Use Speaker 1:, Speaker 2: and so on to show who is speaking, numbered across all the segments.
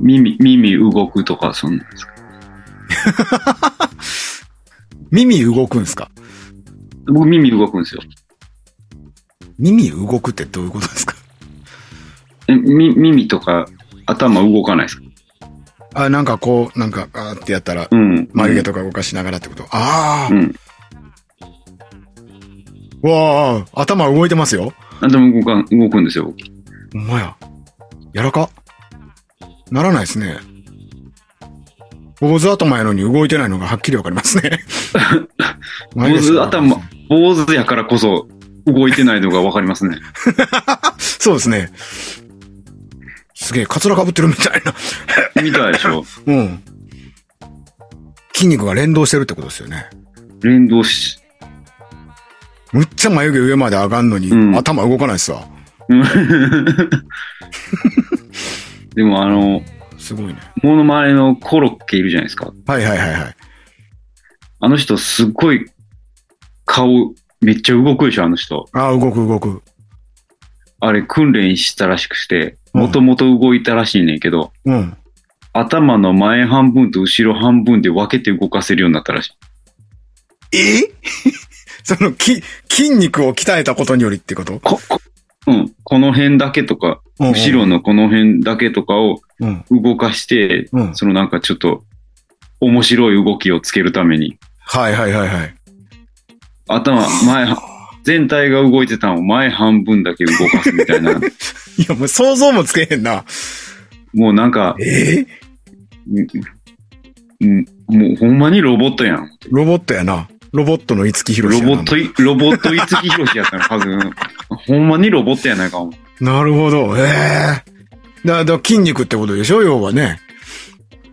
Speaker 1: 耳、耳動くとか、そんなんですか。
Speaker 2: 耳動くんすか
Speaker 1: 僕、耳動くんですよ。
Speaker 2: 耳動くってどういうことですか
Speaker 1: え、み、耳とか、頭動かないですか
Speaker 2: あ、なんかこう、なんか、あーってやったら、
Speaker 1: うん。
Speaker 2: 眉毛とか動かしながらってこと。ああ
Speaker 1: う、ん。
Speaker 2: わあ、頭動いてますよ。
Speaker 1: 頭動かん、動くんですよ、僕。
Speaker 2: ほんまや。やらかならないですね。坊主頭やのに動いてないのがはっきりわかります ね。
Speaker 1: 坊主頭、坊主やからこそ、動いてないのがわかります ね。
Speaker 2: そうですね。すげえ、カツラ被ってるみたいな。
Speaker 1: 見たでしょ
Speaker 2: うん。筋肉が連動してるってことですよね。
Speaker 1: 連動し、
Speaker 2: むっちゃ眉毛上まで上がんのに、
Speaker 1: うん
Speaker 2: 頭動かないっすわ。
Speaker 1: うん でもあの、
Speaker 2: すごいね。
Speaker 1: モノマネのコロッケいるじゃないですか。
Speaker 2: はいはいはいはい。
Speaker 1: あの人すっごい顔めっちゃ動くでしょ、あの人。
Speaker 2: ああ、動く動く。
Speaker 1: あれ訓練したらしくして、
Speaker 2: うん
Speaker 1: もともと動いたらしいねんけど、
Speaker 2: うん。
Speaker 1: 頭の前半分と後ろ半分で分けて動かせるようになったらしい。
Speaker 2: え その、き、筋肉を鍛えたことによりってこと
Speaker 1: こ、こうん、この辺だけとか、後ろ
Speaker 2: の。
Speaker 1: のこの辺だけとかを
Speaker 2: うん。
Speaker 1: 動かして、
Speaker 2: うん。
Speaker 1: そのなんかちょっと面白い動きをつけるために、
Speaker 2: はいはいはいはい。
Speaker 1: 頭、前半、全体が動いてたのを前半分だけ動かすみたい な。
Speaker 2: いや、もう想像もつけへんな。
Speaker 1: もうなんか、
Speaker 2: え
Speaker 1: うんもうほんまにロボットやん。
Speaker 2: ロボットやな。ロボットの五木ひろ
Speaker 1: ロ
Speaker 2: しやな。
Speaker 1: ボットい、ロボット五木ひろしやっ たの、多分。ほんまにロボットやないかも。
Speaker 2: なるほど。ええだ、だ、筋肉ってことでしょ要はね。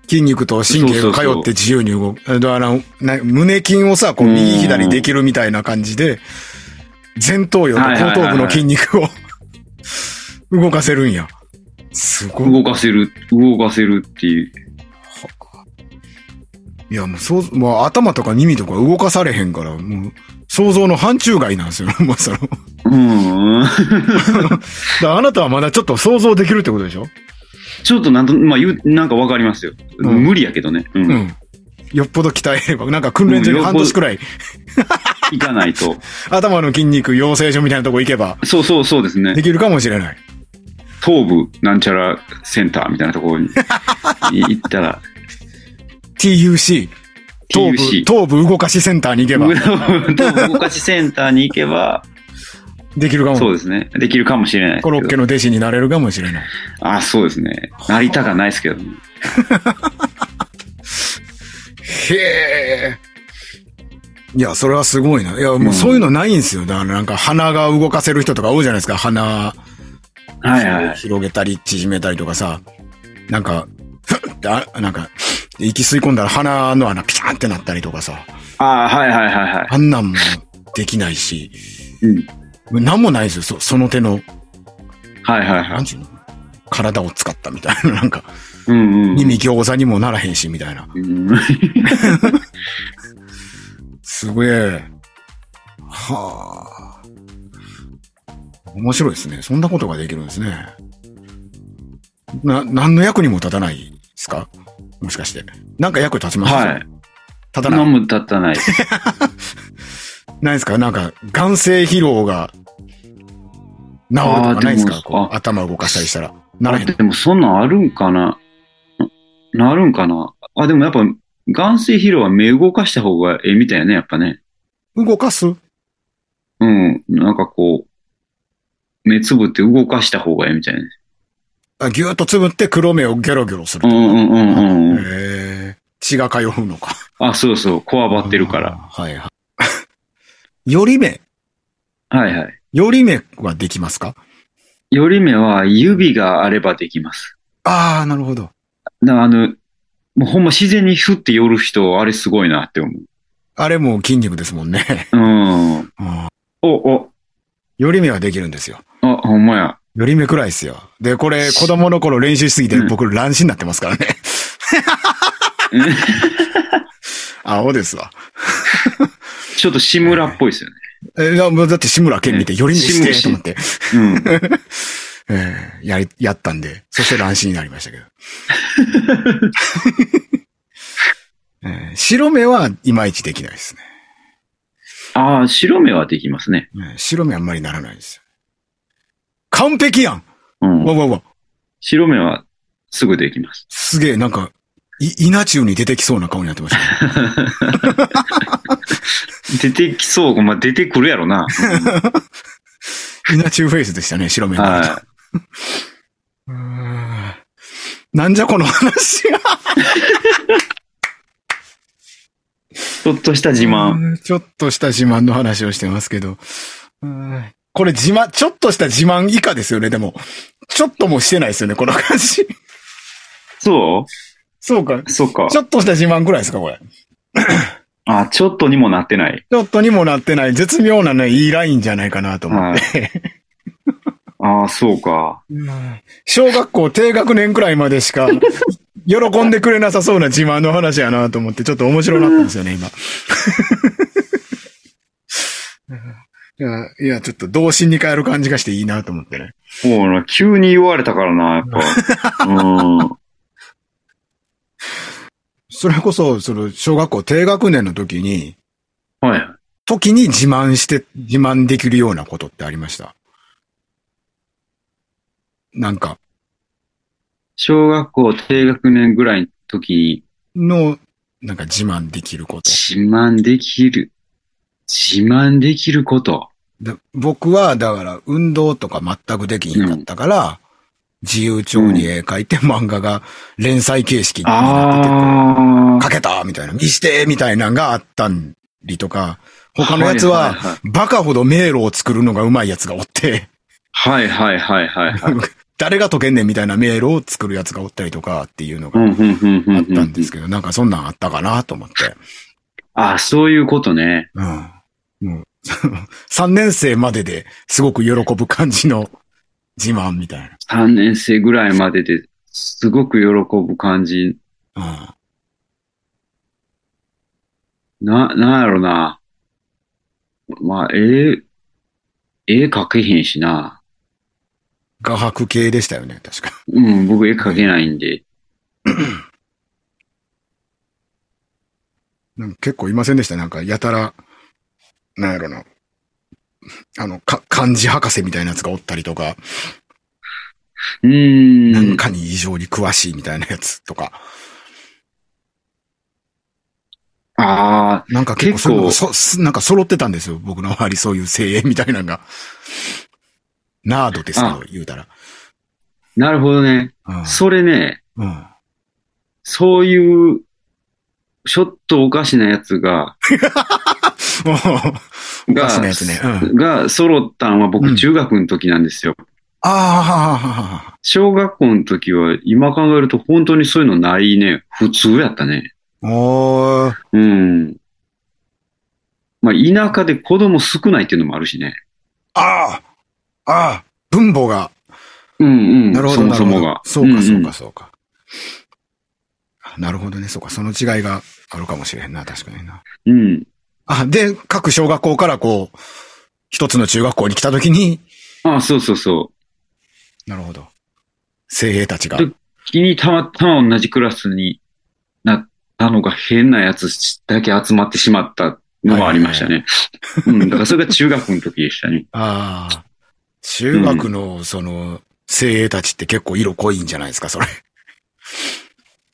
Speaker 2: 筋肉と神経が通って自由に動く。だから、な胸筋をさ、こう、
Speaker 1: うん
Speaker 2: 右左できるみたいな感じで、前頭葉と後頭部の筋肉を 動かせるんや。すごい。
Speaker 1: 動かせる、動かせるっていう。
Speaker 2: いや、もう、そう、もう頭とか耳とか動かされへんから、もう、想像の範疇外なんですよ。 もうその。だか
Speaker 1: うん。
Speaker 2: らあなたはまだちょっと想像できるってことでしょ
Speaker 1: ちょっとなんと、まあ言う、なんかわかりますよ。
Speaker 2: うん
Speaker 1: 無理やけどね。う。
Speaker 2: うんん。よっぽど鍛えれば、なんか訓練所に半年くらい
Speaker 1: いかないと。
Speaker 2: 頭の筋肉養成所みたいなとこ行けば
Speaker 1: そうそうそうですね
Speaker 2: で。きるかもしれない。
Speaker 1: 東部なんちゃらセンターみたいなところ に行ったら、
Speaker 2: TUC。東部、
Speaker 1: TUC。
Speaker 2: 東部動かしセンターに行けば
Speaker 1: 東部動かしセンターに行けば、
Speaker 2: できるか
Speaker 1: そう
Speaker 2: も。
Speaker 1: ですね。できるかもしれないですけ
Speaker 2: コ
Speaker 1: ど。
Speaker 2: ロッケの弟子になれるかもしれない。
Speaker 1: あ、そうですね。なりたかないですけどね、
Speaker 2: へえ。いや、それはすごいな。いや、もうそういうのないんですよ。だからなんか鼻が動かせる人とか多いじゃないですか。鼻、
Speaker 1: はいはい。
Speaker 2: 広げたり縮めたりとかさ。なんか、ふっってあ、なんか、息吸い込んだら鼻の穴ピシャンってなったりとかさ。
Speaker 1: あーはいはいはいは
Speaker 2: あんなんもできないし。
Speaker 1: い。うん。
Speaker 2: なんもないですよ。そその手の
Speaker 1: はいはいは
Speaker 2: ないん。ちゅうの体を使ったみたいな、 なんか、
Speaker 1: うんうん。
Speaker 2: 耳餃子にもならへんし、みたいな。
Speaker 1: うん。
Speaker 2: すげえ。はあ。面白いですね。そんなことができるんですね。な、何の役にも立たないですかもしかして。なんか役立ちます
Speaker 1: はい。
Speaker 2: 立たな
Speaker 1: 何
Speaker 2: い。
Speaker 1: も立たないです。
Speaker 2: ないですかなんか、眼性疲労が、治るとかないです
Speaker 1: あーで
Speaker 2: か
Speaker 1: も
Speaker 2: こう頭動かしたりしたら。ならへん
Speaker 1: あ。でもそんなんあるんかなななるんかなあ、でもやっぱ、眼性疲労は目動かした方がええみたいやね、やっぱね。
Speaker 2: 動かす
Speaker 1: うん。なんかこう、目つぶって動かした方がええみたいなね。
Speaker 2: あぎゅーっとつぶって黒目をギョロギョロする
Speaker 1: う
Speaker 2: と
Speaker 1: ん
Speaker 2: か。
Speaker 1: うんうんうんうん。
Speaker 2: へえ血が通うのか。
Speaker 1: あ、そうそう。こわばってるか
Speaker 2: あ
Speaker 1: ら。
Speaker 2: ー。はいはい。より目、
Speaker 1: はいはい。
Speaker 2: より目はできますか
Speaker 1: より目は指があればできます。
Speaker 2: ああ、なるほど。
Speaker 1: なあの、もうほんま自然にふって寄る人、あれすごいなって思う。
Speaker 2: あれも筋肉ですもんね。
Speaker 1: うん。
Speaker 2: うん
Speaker 1: お、お、
Speaker 2: より目はできるんですよ。
Speaker 1: あ、ほんまや。
Speaker 2: より目くらいですよ。で、これ、子供の頃練習しすぎて
Speaker 1: うん
Speaker 2: 僕乱視になってますからね。
Speaker 1: うん
Speaker 2: 青ですわ。
Speaker 1: ちょっと志村っぽいですよね。
Speaker 2: え、だだって志村けん見て、より目して、と思って。
Speaker 1: うん。
Speaker 2: えーやり、やったんで、そして乱視になりましたけど。えー白目はいまいちできないですね。
Speaker 1: ああ、白目はできますね。
Speaker 2: ね白目あんまりならないです。完璧やん
Speaker 1: うん。
Speaker 2: わわわ。
Speaker 1: 白目はすぐできます。
Speaker 2: すげえ、なんか、い、稲中に出てきそうな顔になってましたね、
Speaker 1: 出てきそう、まあ、出てくるやろな。
Speaker 2: 稲中フェイスでしたね、白目
Speaker 1: うん
Speaker 2: の。
Speaker 1: は
Speaker 2: うーんなんじゃこの話が。
Speaker 1: い。ちょっとした自慢。
Speaker 2: うん。ちょっとした自慢の話をしてますけど。うーんこれ自慢、ちょっとした自慢以下ですよね、でも。ちょっともしてないですよね、この感じ。
Speaker 1: そ
Speaker 2: そうか。
Speaker 1: うそうか
Speaker 2: ち。ょっとした自慢ぐらいですか、これ。
Speaker 1: あ、ちょっとにもなってない。
Speaker 2: ちょっとにもなってない、絶妙なね、いいラインじゃないかなと思う。
Speaker 1: はい。ああ、そうか。
Speaker 2: 小学校低学年くらいまでしか、 喜んでくれなさそうな自慢の話やなと思って、ちょっと面白なったんですよね、今。 いや、いや、ちょっと童心に変える感じがしていいなと思ってね。
Speaker 1: もうな、急に言われたからな、やっ ぱ。うん。
Speaker 2: それこそ、その、小学校低学年の時に、
Speaker 1: はい。
Speaker 2: 時に自慢して、自慢できるようなことってありました。なんか、
Speaker 1: 小学校低学年ぐらいの時に、
Speaker 2: の、なんか自慢できること。
Speaker 1: 自慢できる。自慢できること。
Speaker 2: で僕は、だから、運動とか全くできひんかったから、自由帳に絵描いて漫画が連載形式になって
Speaker 1: あ
Speaker 2: て、
Speaker 1: あ。
Speaker 2: 描けたみたいな、見してみたいなんがあったりとか、他のやつ
Speaker 1: い
Speaker 2: は、
Speaker 1: はい
Speaker 2: バカほど迷路を作るのが上手いやつがおって、
Speaker 1: はいはいはいはいはい。
Speaker 2: 誰が解けんねんみたいな迷路を作るやつがおったりとかっていうの
Speaker 1: う
Speaker 2: が
Speaker 1: ん、うん、うん、うん。
Speaker 2: あったんですけど、なんかそんなんあったかなと思って。
Speaker 1: ああ、そういうことね。
Speaker 2: うん。 もう、3年生までですごく喜ぶ感じの自慢みたい
Speaker 1: 3年生ぐらいまでですごく喜ぶ感じ。
Speaker 2: な。
Speaker 1: な、なんやろな。まあ、絵、絵描けへんしな。
Speaker 2: うん。画伯系でしたよね、確か。
Speaker 1: うん、僕絵描けないんで。
Speaker 2: なんか結構いませんでした。なんか、やたら、なんやろな。あの、か、漢字博士みたいなやつがおったりとか、
Speaker 1: う
Speaker 2: な
Speaker 1: ー
Speaker 2: ん
Speaker 1: ん。
Speaker 2: かに異常に詳しいみたいなやつとか、
Speaker 1: あ
Speaker 2: なんか結
Speaker 1: 結
Speaker 2: 構そういうのが
Speaker 1: 構
Speaker 2: そそ、なんか揃ってたんですよ。僕の周りそういう精鋭みたいなのが。ナードですけど、言うたら。
Speaker 1: あ、なるほどね。
Speaker 2: うん。
Speaker 1: それね、
Speaker 2: うん。
Speaker 1: そういう、ちょっとおかしなやつが、
Speaker 2: もう おかし
Speaker 1: が、
Speaker 2: なやつね。うん。
Speaker 1: が揃ったのは
Speaker 2: う
Speaker 1: 僕
Speaker 2: ん
Speaker 1: 中学の時なんですよ。
Speaker 2: あ
Speaker 1: 小学校の時は今考えると本当にそういうのないね。普通やったね。
Speaker 2: あ、おー
Speaker 1: うん。まあ田舎で子供少ないっていうのもあるしね。
Speaker 2: ああ、ああ、分母が、
Speaker 1: うんうん。
Speaker 2: なるほど、
Speaker 1: そもそも
Speaker 2: なるほど
Speaker 1: が。。
Speaker 2: そうか、
Speaker 1: ん
Speaker 2: そうか、。そうか。なるほどね、そうか、その違いがあるかもしれへんな、確かにな。
Speaker 1: うん。
Speaker 2: あ、で、各小学校からこう、一つの中学校に来たときに、
Speaker 1: あそうそうそう。
Speaker 2: なるほど。精鋭たちが。
Speaker 1: で気にたまたま同じクラスになったのが変なやつだけ集まってしまったのはありましたね。うん。だからそれが中学の時でしたね。
Speaker 2: ああ、中学の、その、精鋭たちって結構色濃いんじゃないですか、それ。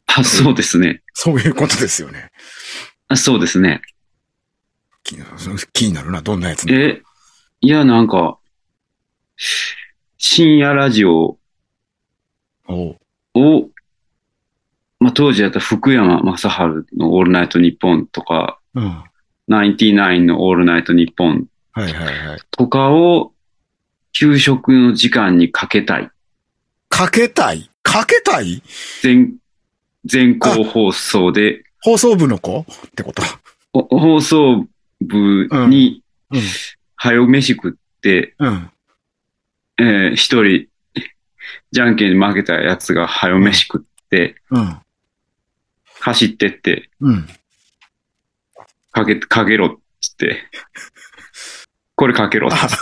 Speaker 1: あ、そうですね。
Speaker 2: そういうことですよね。
Speaker 1: あそうですね。
Speaker 2: 気になる気になるな、どんなやつなの
Speaker 1: え、いや、なんか、深夜ラジオ
Speaker 2: おう
Speaker 1: を、まあ、当時やった福山雅治のオールナイトニッポンとか、
Speaker 2: うん。は
Speaker 1: ナインティナインのオールナイトニッポン
Speaker 2: いはいはい。
Speaker 1: とかを、給食の時間にかけたい。
Speaker 2: かけたいかけたい
Speaker 1: 全、全校放送で、
Speaker 2: 放送部の子ってこと
Speaker 1: お放送部に、
Speaker 2: うんうん
Speaker 1: 早飯食って、
Speaker 2: うん。
Speaker 1: えー一人、じゃんけんに負けたやつが早飯食って、
Speaker 2: うん。
Speaker 1: 走ってって、
Speaker 2: うん。
Speaker 1: かけ、かけろっつって。これかけろっつって。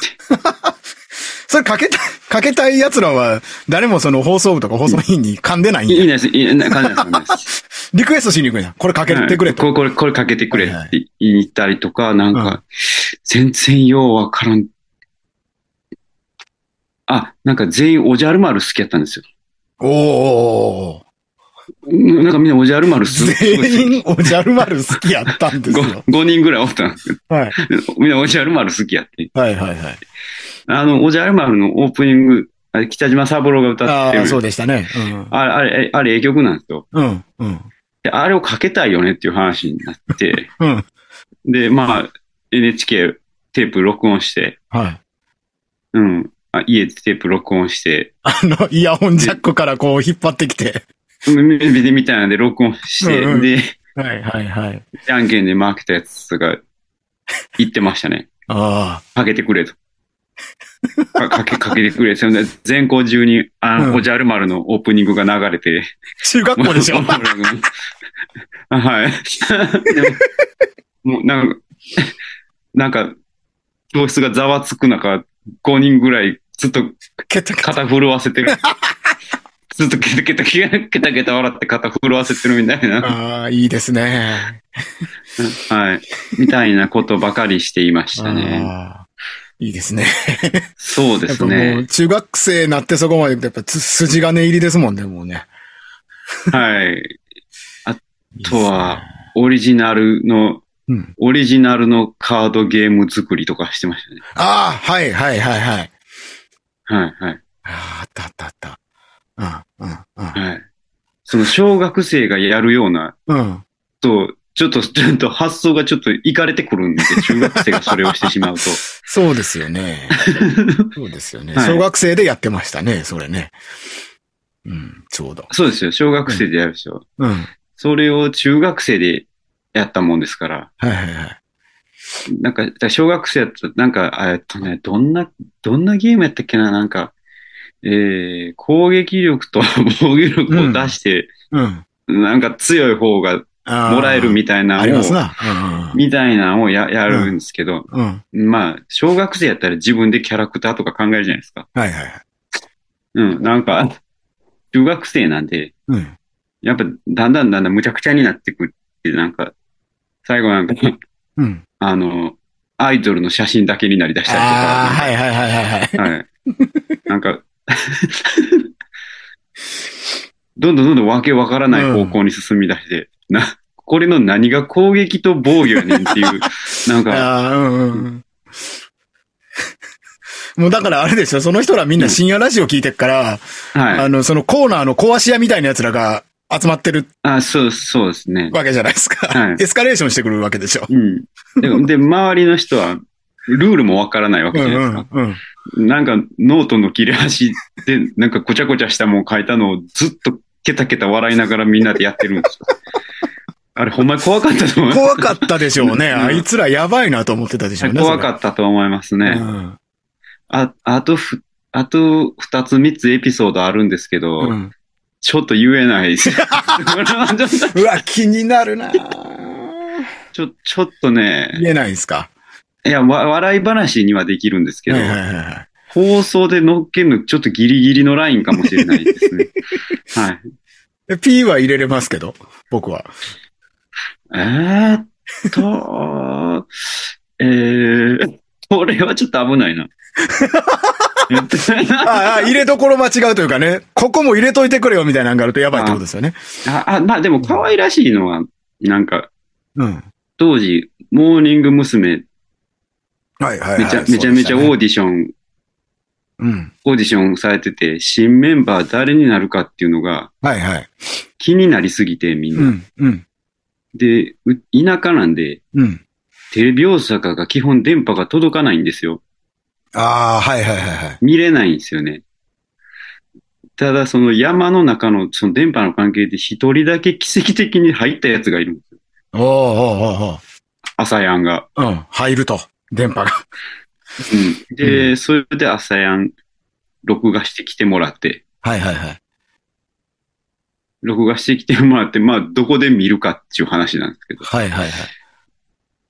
Speaker 2: それかけたい、かけたい奴らは、誰もその放送部とか放送委員に噛んでないん
Speaker 1: いい
Speaker 2: や。
Speaker 1: です、いい感じです感じです。
Speaker 2: リクエストしに行くんや。これかけてくれ
Speaker 1: は
Speaker 2: と。
Speaker 1: いこれ、これ、これかけてくれ
Speaker 2: はいは
Speaker 1: って言いに行ったりとか、なん
Speaker 2: う
Speaker 1: か、全然ようわからん。あ、なんか全員おじゃる丸好きやったんですよ。
Speaker 2: おーおーおーお
Speaker 1: うんなんかみんなおじゃる丸す
Speaker 2: ー全員おじゃる丸好きやったんです
Speaker 1: ご
Speaker 2: よ。
Speaker 1: 5人ぐらいおったんですけ
Speaker 2: はい。
Speaker 1: ど、 みんなおじゃる丸好きやって。
Speaker 2: はいはいはい。
Speaker 1: あの、おじゃる丸のオープニング、あれ北島三郎が歌
Speaker 2: あ
Speaker 1: って
Speaker 2: あ、そう
Speaker 1: る。
Speaker 2: でしたね。
Speaker 1: あれ、あれ、あれ、ええ曲なんですよ。
Speaker 2: うん。うん。うん。
Speaker 1: で、あれをかけたいよねっていう話になって、
Speaker 2: うん。
Speaker 1: で、まあ、NHK テープ録音して、
Speaker 2: はい。
Speaker 1: うん。あ家でテープ録音して、
Speaker 2: あの、イヤホンジャックからこう引っ張ってきて。
Speaker 1: ビデみたいなんで録音して、
Speaker 2: うんうん
Speaker 1: で、
Speaker 2: はいはいはい。
Speaker 1: じゃんけんで負けたやつが言ってましたね。
Speaker 2: あ
Speaker 1: かけてくれと。かかけ、かけてくれ。それで全校中に、あの、
Speaker 2: うん
Speaker 1: おじゃる丸のオープニングが流れて。
Speaker 2: あ、中学校で しょ
Speaker 1: あ はい。でももう、なんか、なんか、教室がざわつく中、5人ぐらいずっと
Speaker 2: ケ タケタ。
Speaker 1: 肩震わせてる。ずっとケタケタ、ケタケタ笑って肩震わせてるみたいな。
Speaker 2: ああ、いいですね。
Speaker 1: はい。みたいなことばかりしていましたね。
Speaker 2: ああいいですね。
Speaker 1: そうで
Speaker 2: やっ
Speaker 1: す
Speaker 2: ぱも
Speaker 1: ね
Speaker 2: う。中学生になってそこまで行くと、やっぱつ筋金入りですもんね、もうね。
Speaker 1: はい。
Speaker 2: あ
Speaker 1: とは、オリジナルの、
Speaker 2: うん
Speaker 1: オリジナルのカードゲーム作りとかしてましたね。
Speaker 2: ああ、はいはいはいはい。
Speaker 1: はい、はい、
Speaker 2: ああ、あったあったあった。うん、うん、
Speaker 1: はい。その小学生がやるような、
Speaker 2: うん。うん。
Speaker 1: と、ちょっと、ちょっと発想がちょっといかれてくるん で、中学生がそれをしてしまうと。
Speaker 2: そうです よね。そうですよね。
Speaker 1: はい
Speaker 2: 小学生でやってましたね、それね。うん、ちょうど。
Speaker 1: そうですよ、小学生でやるでしょ。
Speaker 2: うん。はい
Speaker 1: それを中学生でやったもんですから。
Speaker 2: はいはい。
Speaker 1: なんか、だから小学生やったら、なんか、あえっとね、どんな、どんなゲームやったっけな、なんか、えー、攻撃力と 防御力を出して、
Speaker 2: うん。
Speaker 1: なんか強い方が
Speaker 2: あー
Speaker 1: もらえるみたいな
Speaker 2: あり
Speaker 1: のを
Speaker 2: ますな。うん
Speaker 1: みたいなのをややるんですけど、
Speaker 2: うん。うん。
Speaker 1: まあ、小学生やったら自分でキャラクターとか考えるじゃないですか。
Speaker 2: はいはいはい。
Speaker 1: うん、なんか、中学生なんで、
Speaker 2: うん。
Speaker 1: やっぱ、だんだんだんだん無茶苦茶になってくって、なんか、最後なんか、
Speaker 2: うん。
Speaker 1: あの、アイドルの写真だけになりだしたりとか。
Speaker 2: ああ、はいはいはいはいはい。
Speaker 1: はい。なんか、 どんどんどんどんわけわからない方向に進み出して、な、これの何が攻撃と防御やねんって いう、なんか、
Speaker 2: ああ、うんうんうん。 もうだからあれですよ、その人らみんな深夜ラジオ聞いてっから、
Speaker 1: はい。
Speaker 2: あの、そのコーナーの壊し屋みたいな奴らが集まってる
Speaker 1: あ、そう、そうですね。
Speaker 2: わけじゃないですか。
Speaker 1: はい
Speaker 2: エスカレーションしてくるわけでしょ。
Speaker 1: うん。で、で周りの人は、ルールもわからないわ
Speaker 2: う
Speaker 1: け
Speaker 2: ん
Speaker 1: じゃ
Speaker 2: う
Speaker 1: ないです
Speaker 2: ん
Speaker 1: か。
Speaker 2: うん。
Speaker 1: なんか、ノートの切れ端で、なんかごちゃごちゃしたもん書いたのをずっとケタケタ笑いながらみんなでやってるんですよ。あれ、ほんまに怖かったと思 います。
Speaker 2: 怖かったでしょうね。
Speaker 1: うん
Speaker 2: あいつらやばいなと思ってたでしょうね。
Speaker 1: 怖かったと思いますね。
Speaker 2: それうん
Speaker 1: あ、あとふ、あと二つ三つエピソードあるんですけど、
Speaker 2: うん
Speaker 1: ちょっと言え ない です。これはちょっと
Speaker 2: うわ、気になる な
Speaker 1: ちょ、ちょっとね、
Speaker 2: 言えないですか。
Speaker 1: いや、わ笑い話にはできるんですけ
Speaker 2: は
Speaker 1: ど、
Speaker 2: いはいはいはい。
Speaker 1: 放送で乗っけるのちょっとギリギリのラインかもしれないです ね。はい。
Speaker 2: で P は入れれますけど、僕は。
Speaker 1: えーっと、えー、これはちょっと危 ないな。
Speaker 2: ああ、入れどころ間違うというかね、ここも入れといてくれよみたいなのがあるとやばいってことですよね。
Speaker 1: あ、あまあでも可愛らしいのは、なんか、
Speaker 2: うん。
Speaker 1: 当時、モーニング娘。
Speaker 2: はいはいはい。
Speaker 1: めちゃめちゃめちゃオ
Speaker 2: 多
Speaker 1: ー
Speaker 2: い。
Speaker 1: ディション、
Speaker 2: うん。
Speaker 1: オーディションされてて、新メンバー誰になるかっていうのが
Speaker 2: はいはい。
Speaker 1: 気になりすぎて、みん
Speaker 2: う
Speaker 1: な。
Speaker 2: ん。うん。
Speaker 1: で、う田舎なんで、
Speaker 2: うん。
Speaker 1: テレビ大阪が基本電波が届かないんですよ。
Speaker 2: ああ、はいはいはいはい。
Speaker 1: 見れないんですよね。ただ、その山の中のその電波の関係で一人だけ奇跡的に入ったやつがいるんですよ。
Speaker 2: おーおーおー
Speaker 1: 朝やんが。
Speaker 2: おーうん。入ると。電波が。
Speaker 1: うん、で、それで朝やん、録画してきてもらって、
Speaker 2: はいはいはい。
Speaker 1: 録画してきてもらって、まあ、どこで見るかっていう話なんですけど。
Speaker 2: はいはいはい。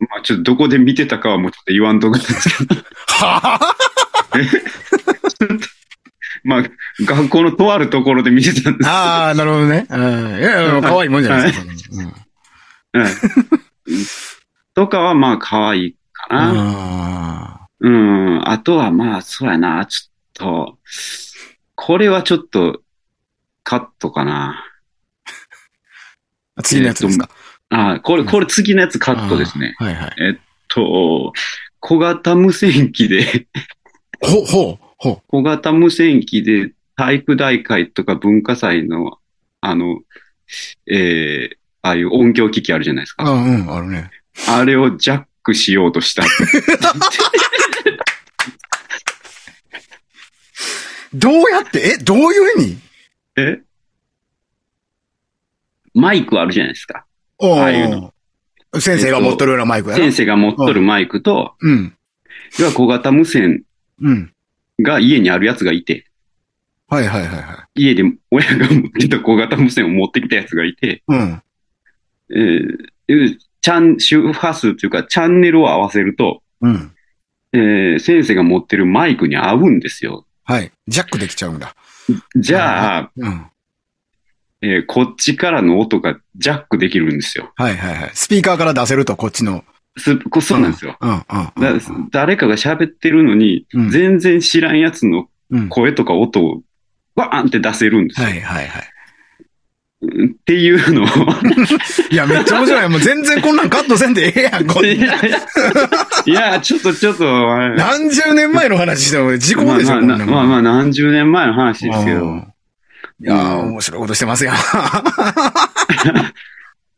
Speaker 1: ま あ、ちょっとどこで見てたかはもうちょっと言わんとくんですけど、
Speaker 2: は
Speaker 1: まあ、学校のとあるところで見てたんですけど。
Speaker 2: ああ、なるほどね。うん。いやいや、可愛いもんじゃないですか。そんなのうん
Speaker 1: うんとかはまあ可愛いかな。
Speaker 2: あ
Speaker 1: うん。あとはまあそうやな。ちょっと、これはちょっとカットかな。
Speaker 2: ー次のやつですか。
Speaker 1: あ、これ、これ次のやつカットですね。
Speaker 2: あー。はいはい。
Speaker 1: と、小型無線機で、
Speaker 2: ほう、ほう、ほう。
Speaker 1: 小型無線機で体育大会とか文化祭の、あの、えー、ああいう音響機器あるじゃないですか。
Speaker 2: あうん、あるね。
Speaker 1: あれをジャックしようとした。
Speaker 2: どうやって、え、どういう意味
Speaker 1: えマイクあるじゃないですか。
Speaker 2: お
Speaker 1: ああいうの
Speaker 2: ー先生が持っとるようなマイクやな
Speaker 1: 先。生が持っとるマイクと、
Speaker 2: うん。
Speaker 1: 要は小型無線
Speaker 2: うん。
Speaker 1: が家にあるやつがいて、
Speaker 2: はいはいはいはい。
Speaker 1: 家で親が持ってた小型無線を持ってきたやつがいて、
Speaker 2: うん。
Speaker 1: えー、チャン、周波数というかチャンネルを合わせると、
Speaker 2: うん。
Speaker 1: えー先生が持ってるマイクに合うんですよ。
Speaker 2: はい。ジャックできちゃうんだ。
Speaker 1: じゃあ、
Speaker 2: うん。は
Speaker 1: えーこっちからの音がジャックできるんですよ。
Speaker 2: いはいはい。スピーカーから出せるとこっちの。
Speaker 1: すこそうなんですよ。
Speaker 2: うん、うん。
Speaker 1: だ誰かが喋ってるのに、
Speaker 2: うん
Speaker 1: 全然知らんやつの
Speaker 2: うん。
Speaker 1: 声とか音をバーンって出せるんですよ。
Speaker 2: はいはいはい。
Speaker 1: っていう のを。
Speaker 2: いや、めっちゃ面白い。もう全然こんなんカットせんでええやん、こん
Speaker 1: いやいやいや、ちょっとちょっと、あれ
Speaker 2: 何十年前の話しても事故でしょ、
Speaker 1: まあま
Speaker 2: こんな
Speaker 1: あ、
Speaker 2: ん
Speaker 1: まあまあ何十年前の話ですけ
Speaker 2: うん
Speaker 1: ど、
Speaker 2: いやー、
Speaker 1: うん
Speaker 2: 面白いことしてますやん。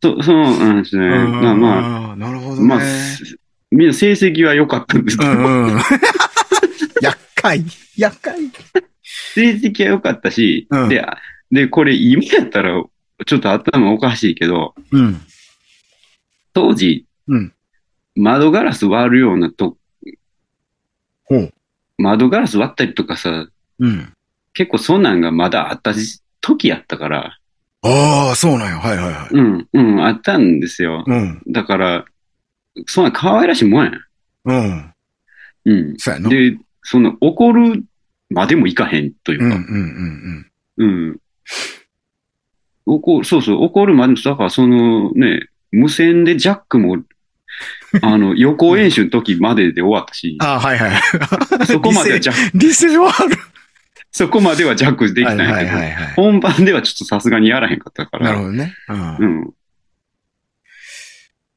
Speaker 1: そそうなんですね。まあまあ、
Speaker 2: あ。なるほどね。
Speaker 1: まあ、すみんな成績は良かったんですけど、
Speaker 2: うんうん。厄介。厄介。
Speaker 1: 成績は良かったし、
Speaker 2: うん
Speaker 1: で、あで、これ今やったらちょっと頭おかしいけど、
Speaker 2: うん。
Speaker 1: 当時、
Speaker 2: うん
Speaker 1: 窓ガラス割るようなと、
Speaker 2: ほう。
Speaker 1: 窓ガラス割ったりとかさ、
Speaker 2: うん。
Speaker 1: 結構そんなんがまだあった時時やったから、
Speaker 2: ああ、そうなんや。はいはいはい。
Speaker 1: うん、うん、あったんですよ。
Speaker 2: うん。
Speaker 1: だから、そんな可愛らしいもんやん。
Speaker 2: うん。
Speaker 1: うん。
Speaker 2: そうやな。
Speaker 1: で、その怒るまでもいかへんという
Speaker 2: うんうんう
Speaker 1: か、
Speaker 2: ん
Speaker 1: うん。怒そうそう、怒るまでも、だからそのね、無線でジャック も、あの、予行演習の時までで終わったし
Speaker 2: うん。、ああ、はいはい。
Speaker 1: そこまではジャック、
Speaker 2: リセはある。
Speaker 1: そこまではジャックできたんや
Speaker 2: は
Speaker 1: け
Speaker 2: い
Speaker 1: ど、
Speaker 2: はいは
Speaker 1: 本番ではちょっとさすがにやらへんかったか
Speaker 2: い。なる
Speaker 1: ら
Speaker 2: ほ、どね。うん
Speaker 1: うん。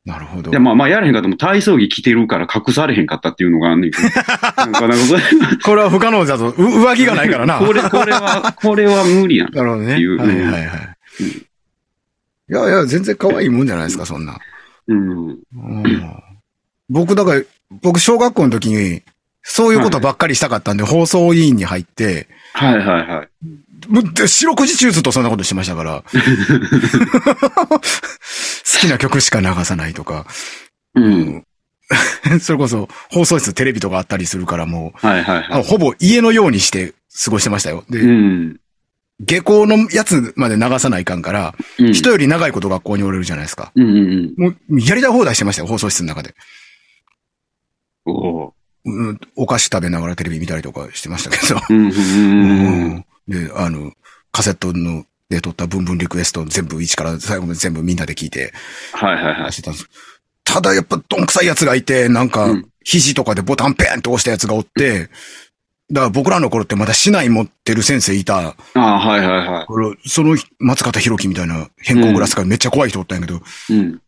Speaker 2: なるほど。
Speaker 1: で、まあまあやらへんかったも体操着着てるから隠されへんかったっていうのがあん ねんけど、なんかなんかそれ
Speaker 2: これは不可能だと、う浮気がないからな。
Speaker 1: これ、これは、これは無理やん。
Speaker 2: なるほどね。
Speaker 1: っていう
Speaker 2: はいはいはい。いやいや、全然可愛いもんじゃないですか、そんな。
Speaker 1: うん。
Speaker 2: うん僕、だから、僕、小学校の時に、そういうことばっかりしたかったんで、放送委員に入って、
Speaker 1: はいはいはい。
Speaker 2: もうで四六時中ずっとそんなことしてまし たから。好きな曲しか流さないとか。
Speaker 1: うん。
Speaker 2: それこそ、放送室、テレビとかあったりするから、もう、
Speaker 1: はいはいは
Speaker 2: あ
Speaker 1: い。
Speaker 2: ほぼ家のようにして過ごしてましたよ。で、
Speaker 1: うん。
Speaker 2: 下校のやつまで流さないかんから、
Speaker 1: うん。
Speaker 2: 人より長いこと学校におれるじゃないですか。
Speaker 1: うんうんうん。
Speaker 2: もう、やりたい放題してましたよ、放送室の中で。
Speaker 1: おう
Speaker 2: うん、お菓子食べながらテレビ見たりとかしてましたけど。
Speaker 1: うんうんうんうん。
Speaker 2: で、あの、カセットの、で撮ったブンブンリクエスト全部一から最後まで全部みんなで聞いて
Speaker 1: はいはいはい
Speaker 2: してたんです。ただやっぱどんくさいやつがいて、なんか
Speaker 1: うん、
Speaker 2: 肘とかでボタンペンと押したやつがおって、だから僕らの頃ってまだ市内持ってる先生いた、。
Speaker 1: ああ、はいはいは
Speaker 2: これその松方弘樹みたいな変更グラスからめっちゃ怖い人おったんやけど、
Speaker 1: い。うん。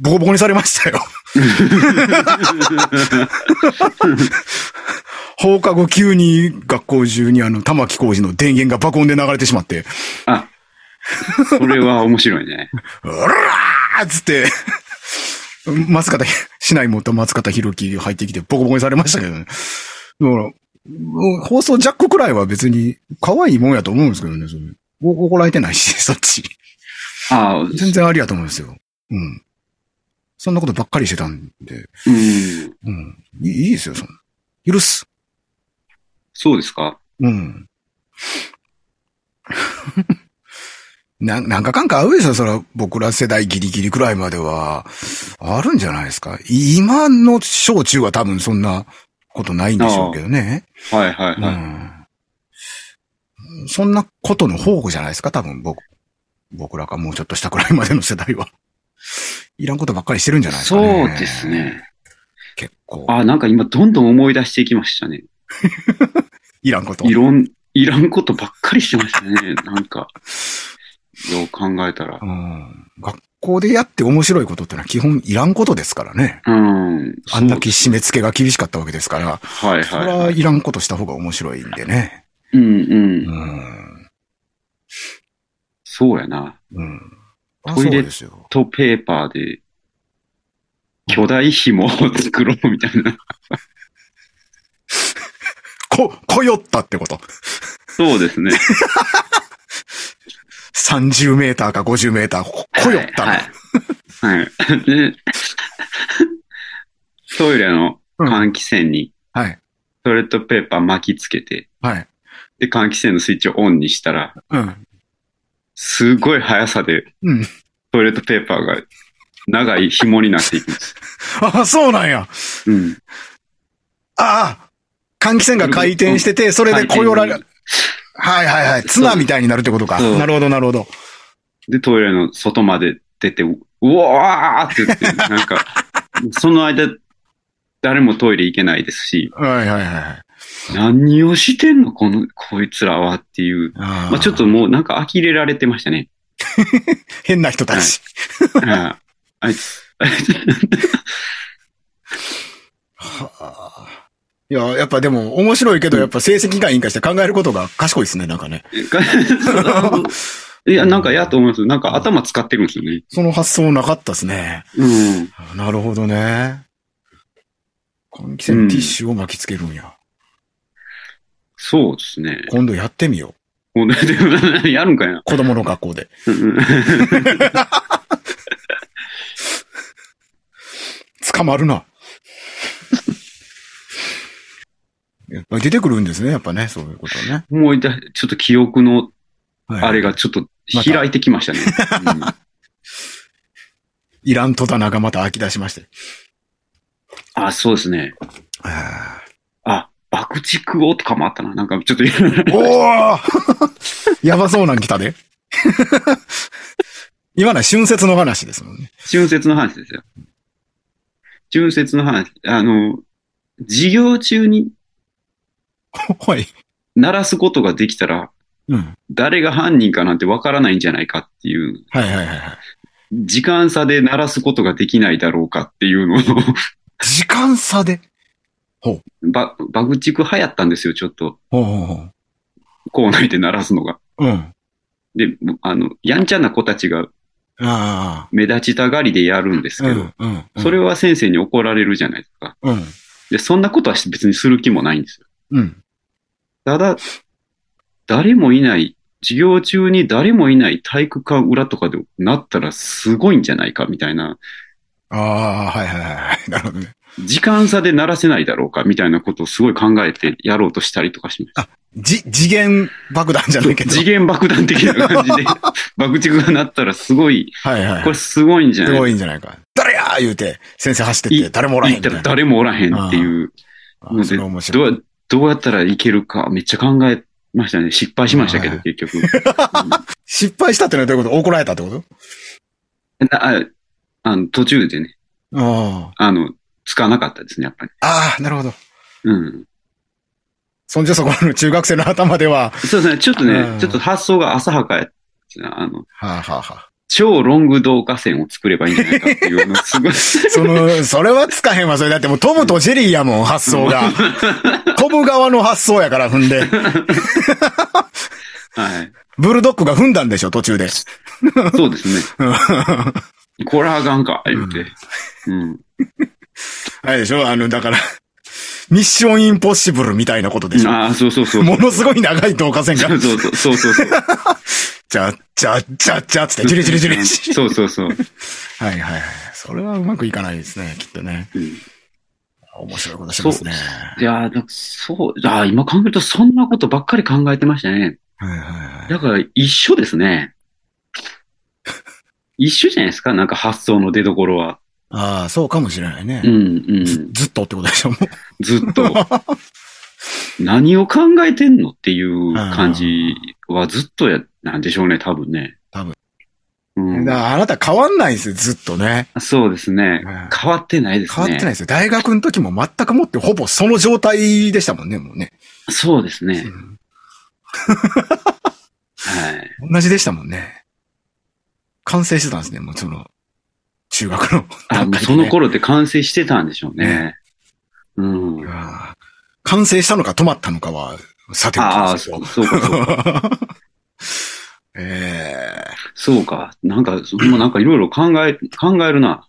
Speaker 2: ボコボコにされましたよ。放課後急に学校中にあの玉木浩二の電源が爆音で流れてしまって、
Speaker 1: あ、それは面白いね。
Speaker 2: うらーっつって、松方、市内持った松方弘樹入ってきてボコボコにされましたけどね。だから、もう放送ジャックくらいは別に可愛いもんやと思うんですけどね、それ。お怒られてないし、そっち。
Speaker 1: ああ、
Speaker 2: 全然ありやと思うんですよ。うん。そんなことばっかりしてたんで、
Speaker 1: うん。
Speaker 2: うん。いいいいですよ、そんな。許す。
Speaker 1: そうですか
Speaker 2: うん。 ななんかかんか合うでしょそら、僕ら世代ギリギリくらいまでは、あるんじゃないですか。今の小中は多分そんなことないんでしょうけどね。
Speaker 1: はいはいは
Speaker 2: う
Speaker 1: い。
Speaker 2: んそんなことの宝庫じゃないですか、多分僕。僕らがもうちょっとしたくらいまでの世代は。いらんことばっかりしてるんじゃないですか
Speaker 1: そう
Speaker 2: ね。
Speaker 1: です。ね。
Speaker 2: 結構。
Speaker 1: あ、なんか今どんどん思い出していきましたね。
Speaker 2: いらんこと。
Speaker 1: いろん、いらんことばっかりしてましたね。なんか、よう考えたら。
Speaker 2: うん。学校でやって面白いことってのは基本いらんことですからね。
Speaker 1: うん。
Speaker 2: あんだけ締め付けが厳しかったわけですから、
Speaker 1: そうはい
Speaker 2: そ
Speaker 1: はい
Speaker 2: れ
Speaker 1: は。
Speaker 2: はいいらんことした方が面白いんでね。
Speaker 1: うんうん。
Speaker 2: うん。
Speaker 1: そうやな。
Speaker 2: うん。あ
Speaker 1: トイレ
Speaker 2: そうですよ。
Speaker 1: とペーパーで、巨大紐を作ろうみたいな。
Speaker 2: こ、こよったってこと。
Speaker 1: そうですね。
Speaker 2: 30メーターか50メーター、 ここよった
Speaker 1: はい
Speaker 2: ね。
Speaker 1: はい。 はい。で、トイレの換気扇に
Speaker 2: はい。
Speaker 1: トイレットペーパー巻きつけて、
Speaker 2: はい。
Speaker 1: で、換気扇のスイッチをオンにしたら、
Speaker 2: うん。
Speaker 1: すごい速さで
Speaker 2: うん。
Speaker 1: トイレットペーパーが長い紐になっていくんです。
Speaker 2: ああ、そうなんや。
Speaker 1: うん。
Speaker 2: ああ、換気扇が回転してて、それでこよられ、はいはいはい。ツナみたいになるってことか。
Speaker 1: そう
Speaker 2: なるほど、なるほど。
Speaker 1: で、トイレの外まで出て、ううわーって言って、なん か、その間、誰もトイレ行けないですし、
Speaker 2: はいはいはい。
Speaker 1: 何をしてんのこの、こいつらはっていう。
Speaker 2: あ
Speaker 1: まあちょっと。もうなんか呆れられてましたね。
Speaker 2: 変な人たち。
Speaker 1: ああいつ、 あいつ
Speaker 2: はあいや、やっぱでも面白いけど、やっぱ成績がいいんかして考えることが賢いですね、なんかね。
Speaker 1: いや、なんかやと思います。なんか頭使ってるんですよね。
Speaker 2: その発想なかったですね。
Speaker 1: うん。
Speaker 2: なるほどね。換気扇にティッシュを巻きつけるんや。
Speaker 1: そうですね。
Speaker 2: 今度やってみよう。
Speaker 1: もうねでもやるんかいな。
Speaker 2: 子供の学校で。
Speaker 1: うん
Speaker 2: 捕まるな。 やっぱり出てくるんですね、やっぱね、そういうことはね。
Speaker 1: もうだ、ちょっと記憶の
Speaker 2: はい、
Speaker 1: あれがちょっと開いてきましたね。うん
Speaker 2: イラント棚がまた飽き出しまして。
Speaker 1: あ、そうですね。
Speaker 2: あ
Speaker 1: あ、爆竹をとかもあったな。なんかちょっと、
Speaker 2: ーおー やばそうなん来たで。今のは春節の話ですもんね。
Speaker 1: 春節の話ですよ。春節の話。あの、授業中に
Speaker 2: はい。
Speaker 1: 鳴らすことができたら、
Speaker 2: うん。
Speaker 1: 誰が犯人かなんてわからないんじゃないかっていう、
Speaker 2: はいはいはいはい。
Speaker 1: 時間差で鳴らすことができないだろうかっていうのを、
Speaker 2: 時間差で。
Speaker 1: ば、爆竹流行ったんですよ、ちょっと。
Speaker 2: ほうほうほ
Speaker 1: 校内で鳴らすのが。
Speaker 2: う。うん。
Speaker 1: で、あの、やんちゃな子たちが
Speaker 2: ああ。
Speaker 1: 目立ちたがりでやるんですけど、
Speaker 2: うんうん。うん
Speaker 1: それは先生に怒られるじゃないですか。
Speaker 2: うん。
Speaker 1: で、そんなことは別にする気もないんですよ。
Speaker 2: うん。
Speaker 1: ただ、誰もいない、授業中に誰もいない体育館裏とかでなったらすごいんじゃないかみたいな、
Speaker 2: ああ、はいはいはいはい。なるほどね。
Speaker 1: 時間差で鳴らせないだろうかみたいなことをすごい考えてやろうとしたりとかしまし
Speaker 2: じ、次元爆弾じゃないけ
Speaker 1: た。
Speaker 2: ど。
Speaker 1: 次元爆弾的な感じで 爆竹が鳴ったらすごい、
Speaker 2: はいはい。
Speaker 1: これすごいんじゃ
Speaker 2: す
Speaker 1: ない
Speaker 2: ごいんじゃないか。誰や言うて、先生走ってって、
Speaker 1: い
Speaker 2: 誰もおらへん
Speaker 1: 行った
Speaker 2: みたい
Speaker 1: ら
Speaker 2: な。
Speaker 1: 誰もおらへんっていう
Speaker 2: あ
Speaker 1: の
Speaker 2: そ
Speaker 1: で、
Speaker 2: れ面
Speaker 1: ど
Speaker 2: 白い。
Speaker 1: うどうやったらいけるかめっちゃ考えましたね。失敗しましたけ
Speaker 2: は
Speaker 1: ど、
Speaker 2: い
Speaker 1: 結局。 うん
Speaker 2: 失敗したってのはどういうこと怒られたってこと
Speaker 1: なああの途中でね、
Speaker 2: あ
Speaker 1: あの、つかなかったですね、やっぱり。
Speaker 2: あ。ああ、なるほど。
Speaker 1: うん。
Speaker 2: そんじゃそこの中学生の頭では、
Speaker 1: そうですね、ちょっと
Speaker 2: う
Speaker 1: ね
Speaker 2: ん、
Speaker 1: ちょっと発想が浅はかやったなあの、
Speaker 2: はあ、はあはあ、
Speaker 1: 超ロング導火線を作ればいいんじゃないかっていう の、すごい。
Speaker 2: その、それはつかへんわ、それだってもうトムとジェリーやもん、発想が。 トム側の発想やから踏んで。
Speaker 1: はい。
Speaker 2: ブルドッグが踏んだんでしょ、途中で。
Speaker 1: そうです ね。
Speaker 2: うん
Speaker 1: これはあかんか、言うて。うん。
Speaker 2: あれでしょあの、だから、ミッションインポッシブルみたいなことでしょ。
Speaker 1: ああ、そうそうそう。
Speaker 2: ものすごい長い導火線
Speaker 1: そ
Speaker 2: が
Speaker 1: う、そうそう。そうそうそう。
Speaker 2: じゃ、じゃ、じゃ、じゃ、つって、ジリジリジリジリ。
Speaker 1: そうそうそう。
Speaker 2: はいはいはい。それはうまくいかないですね、きっとね。
Speaker 1: うん
Speaker 2: 面白いことしますね。
Speaker 1: いやー、だからそう、あー今考えるとそんなことばっかり考えてましたね。
Speaker 2: はいはいはい。
Speaker 1: だから一緒ですね。一緒じゃないですかなんか発想の出所は。
Speaker 2: ああ、そうかもしれないね
Speaker 1: うん、うん。
Speaker 2: ずっとってことでしょ、もう。
Speaker 1: ずっと。何を考えてんのっていう感じはずっとや、なんでしょうね、多分ね。
Speaker 2: 多分。
Speaker 1: う
Speaker 2: だ
Speaker 1: ん
Speaker 2: か。らあなた変わんないんですよ、ずっとね。
Speaker 1: そうですね。
Speaker 2: うん
Speaker 1: 変わってないです
Speaker 2: 変
Speaker 1: ね。
Speaker 2: わってないですよ。大学の時も全くもってほぼその状態でしたもんね、もうね。
Speaker 1: そうです
Speaker 2: う
Speaker 1: ね。
Speaker 2: ん
Speaker 1: はい。
Speaker 2: 同じでしたもんね。完成してたんですね、もうその、中学の
Speaker 1: あ、
Speaker 2: 段階で、
Speaker 1: も
Speaker 2: ね。
Speaker 1: うその頃って完成してたんでしょうね。うん。
Speaker 2: う
Speaker 1: あ
Speaker 2: ん。完成したのか止まったのかは、さておき
Speaker 1: あ、
Speaker 2: です
Speaker 1: そ
Speaker 2: よ
Speaker 1: う。そうか、そうか。
Speaker 2: え
Speaker 1: そうか。なんか、そもうなんかいろいろ考え、考えるな。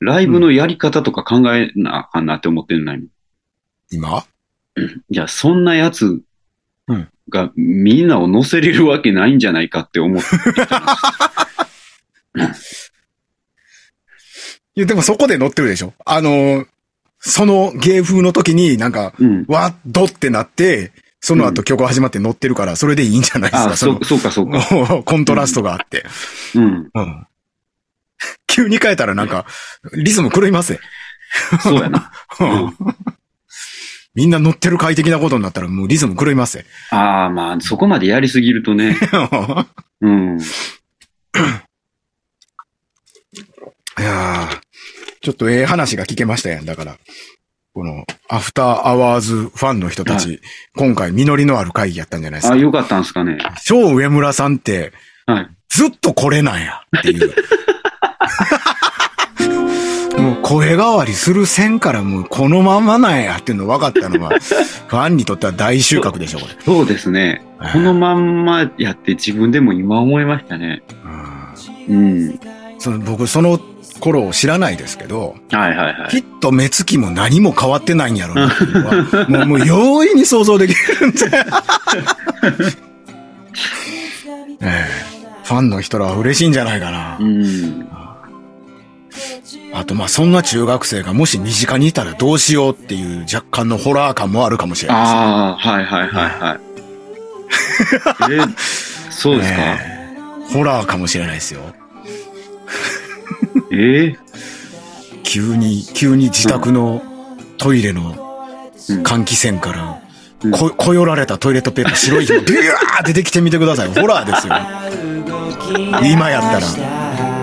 Speaker 1: ライブのやり方とか考えなあかんなって思ってるのに。
Speaker 2: ー、今
Speaker 1: いや、そんなやつ
Speaker 2: うん
Speaker 1: がみんなを乗せれるわけないんじゃないかって思って。
Speaker 2: いや、でもそこで乗ってるでしょあの、その芸風の時になんか、
Speaker 1: うん。
Speaker 2: わっどってなって、その後曲が始まって乗ってるから、それでいいんじゃないです
Speaker 1: あ
Speaker 2: か、
Speaker 1: あ、そう、そうか、 そうか。
Speaker 2: その、コントラストがあって。
Speaker 1: うん。
Speaker 2: うん。急に変えたらなんか、リズム狂いますよ。
Speaker 1: そうやな。うん
Speaker 2: みんな乗ってる快適なことになったらもうリズム狂いますよ。
Speaker 1: ああ、まあ、そこまでやりすぎるとね。うん。
Speaker 2: いやーちょっとええ話が聞けましたやん。だから、この、アフターアワーズファンの人たち、今回実りのある会議やったんじゃないです
Speaker 1: あ
Speaker 2: か。
Speaker 1: よかったんすかね。
Speaker 2: 超上村さんって、
Speaker 1: はい。
Speaker 2: ずっとこれなんやっていう。 もう声変わりする線からもうこのままなんやっていうの分かったのは、ファンにとっては大収穫でしょ、これ。
Speaker 1: そうですね。このまんまやって自分でも今思いましたね。
Speaker 2: うん
Speaker 1: うん。
Speaker 2: その僕、その頃を知らないですけど、
Speaker 1: はいはいは
Speaker 2: き
Speaker 1: い。
Speaker 2: っと目つきも何も変わってないんやろうなっていうのは、もう、もう容易に想像できる んで。ええファンの人らは嬉しいんじゃないかな
Speaker 1: う。ん。
Speaker 2: あと、まあ、そんな中学生がもし身近にいたらどうしようっていう若干のホラー感もあるかもしれないです。
Speaker 1: ああ、はいはいはいはい。えーそうですか。
Speaker 2: ええホラーかもしれないですよ。
Speaker 1: ええ
Speaker 2: 急に、急に自宅のトイレの
Speaker 1: うん
Speaker 2: 換気扇から、
Speaker 1: うん
Speaker 2: こ、 こよられたトイレットペーパー白い紐、ビューって出てきてみてください。ホラーですよ。今
Speaker 3: 今
Speaker 2: や
Speaker 3: や
Speaker 2: っ
Speaker 3: ったた
Speaker 2: ら
Speaker 3: ら